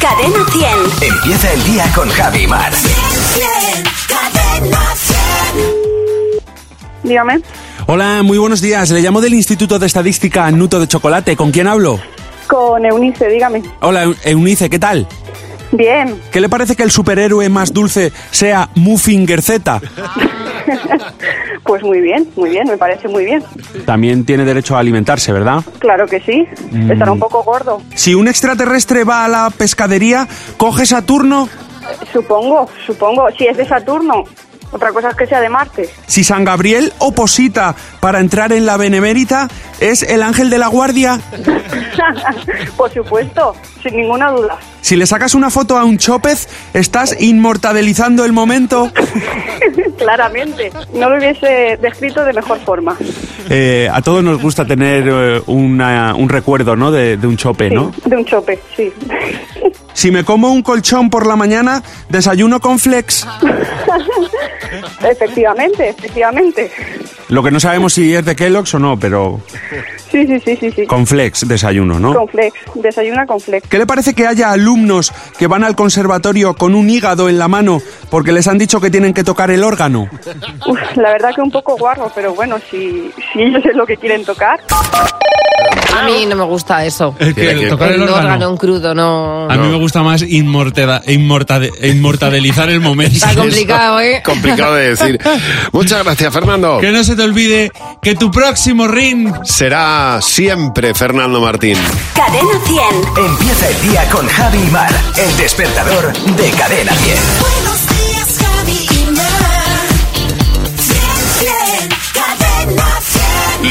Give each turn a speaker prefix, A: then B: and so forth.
A: Cadena 100.
B: Empieza el día con Javi Mar.
A: Cadena 100.
C: Dígame,
D: Hola, muy buenos días. Le llamo del Instituto de Estadística Nuto de Chocolate. ¿Con quién hablo?
C: con Eunice, dígame.
D: Hola, Eu- Eunice, ¿qué tal?
C: Bien,
D: ¿Qué le parece que el superhéroe más dulce sea Muffinger Z?
C: pues muy bien, muy bien, me parece muy bien.
D: También tiene derecho a alimentarse, ¿verdad?
C: Claro que sí,
D: Mm.
C: estará un poco gordo.
D: Si un extraterrestre va a la pescadería, coge Saturno.
C: Supongo, supongo, si es de Saturno. Otra cosa es que sea de Marte.
D: Si San Gabriel oposita para entrar en la Benemérita, es el ángel de la guardia.
C: Por supuesto, sin ninguna duda.
D: Si le sacas una foto a un chópez, estás inmortalizando el momento.
C: Claramente, no lo hubiese descrito de mejor forma.
D: Eh, a todos nos gusta tener eh, una- un recuerdo, ¿no? De, de un chope,
C: Sí,
D: ¿no?
C: De un chope, sí.
D: Si me como un colchón por la mañana, desayuno con flex.
C: efectivamente, efectivamente.
D: Lo que no sabemos si es de Kellogg's o no, pero
C: Sí, sí, sí, sí, sí.
D: con flex desayuno, ¿no?
C: Con flex, desayuna con flex.
D: ¿Qué le parece que haya alumnos que van al conservatorio con un hígado en la mano porque les han dicho que tienen que tocar el órgano?
C: Uf, la verdad que un poco guarro, pero bueno, si, si ellos es lo que quieren tocar.
E: A mí no me gusta eso.
F: El que
G: Tiene que-
F: tocar Eh, el órgano.
E: en crudo, no.
F: A mí me gusta más inmortela- inmortade- inmortadelizar el momento.
E: Está complicado, ¿eh?
G: Complicado de decir. Muchas gracias, Fernando.
F: Que no se te olvide que tu próximo ring
G: Será siempre Fernando Martín.
A: Cadena 100.
B: Empieza el día con Javi Mar. El despertador de Cadena 10.
A: Buenos días, Javi y Mar. Cadena 100.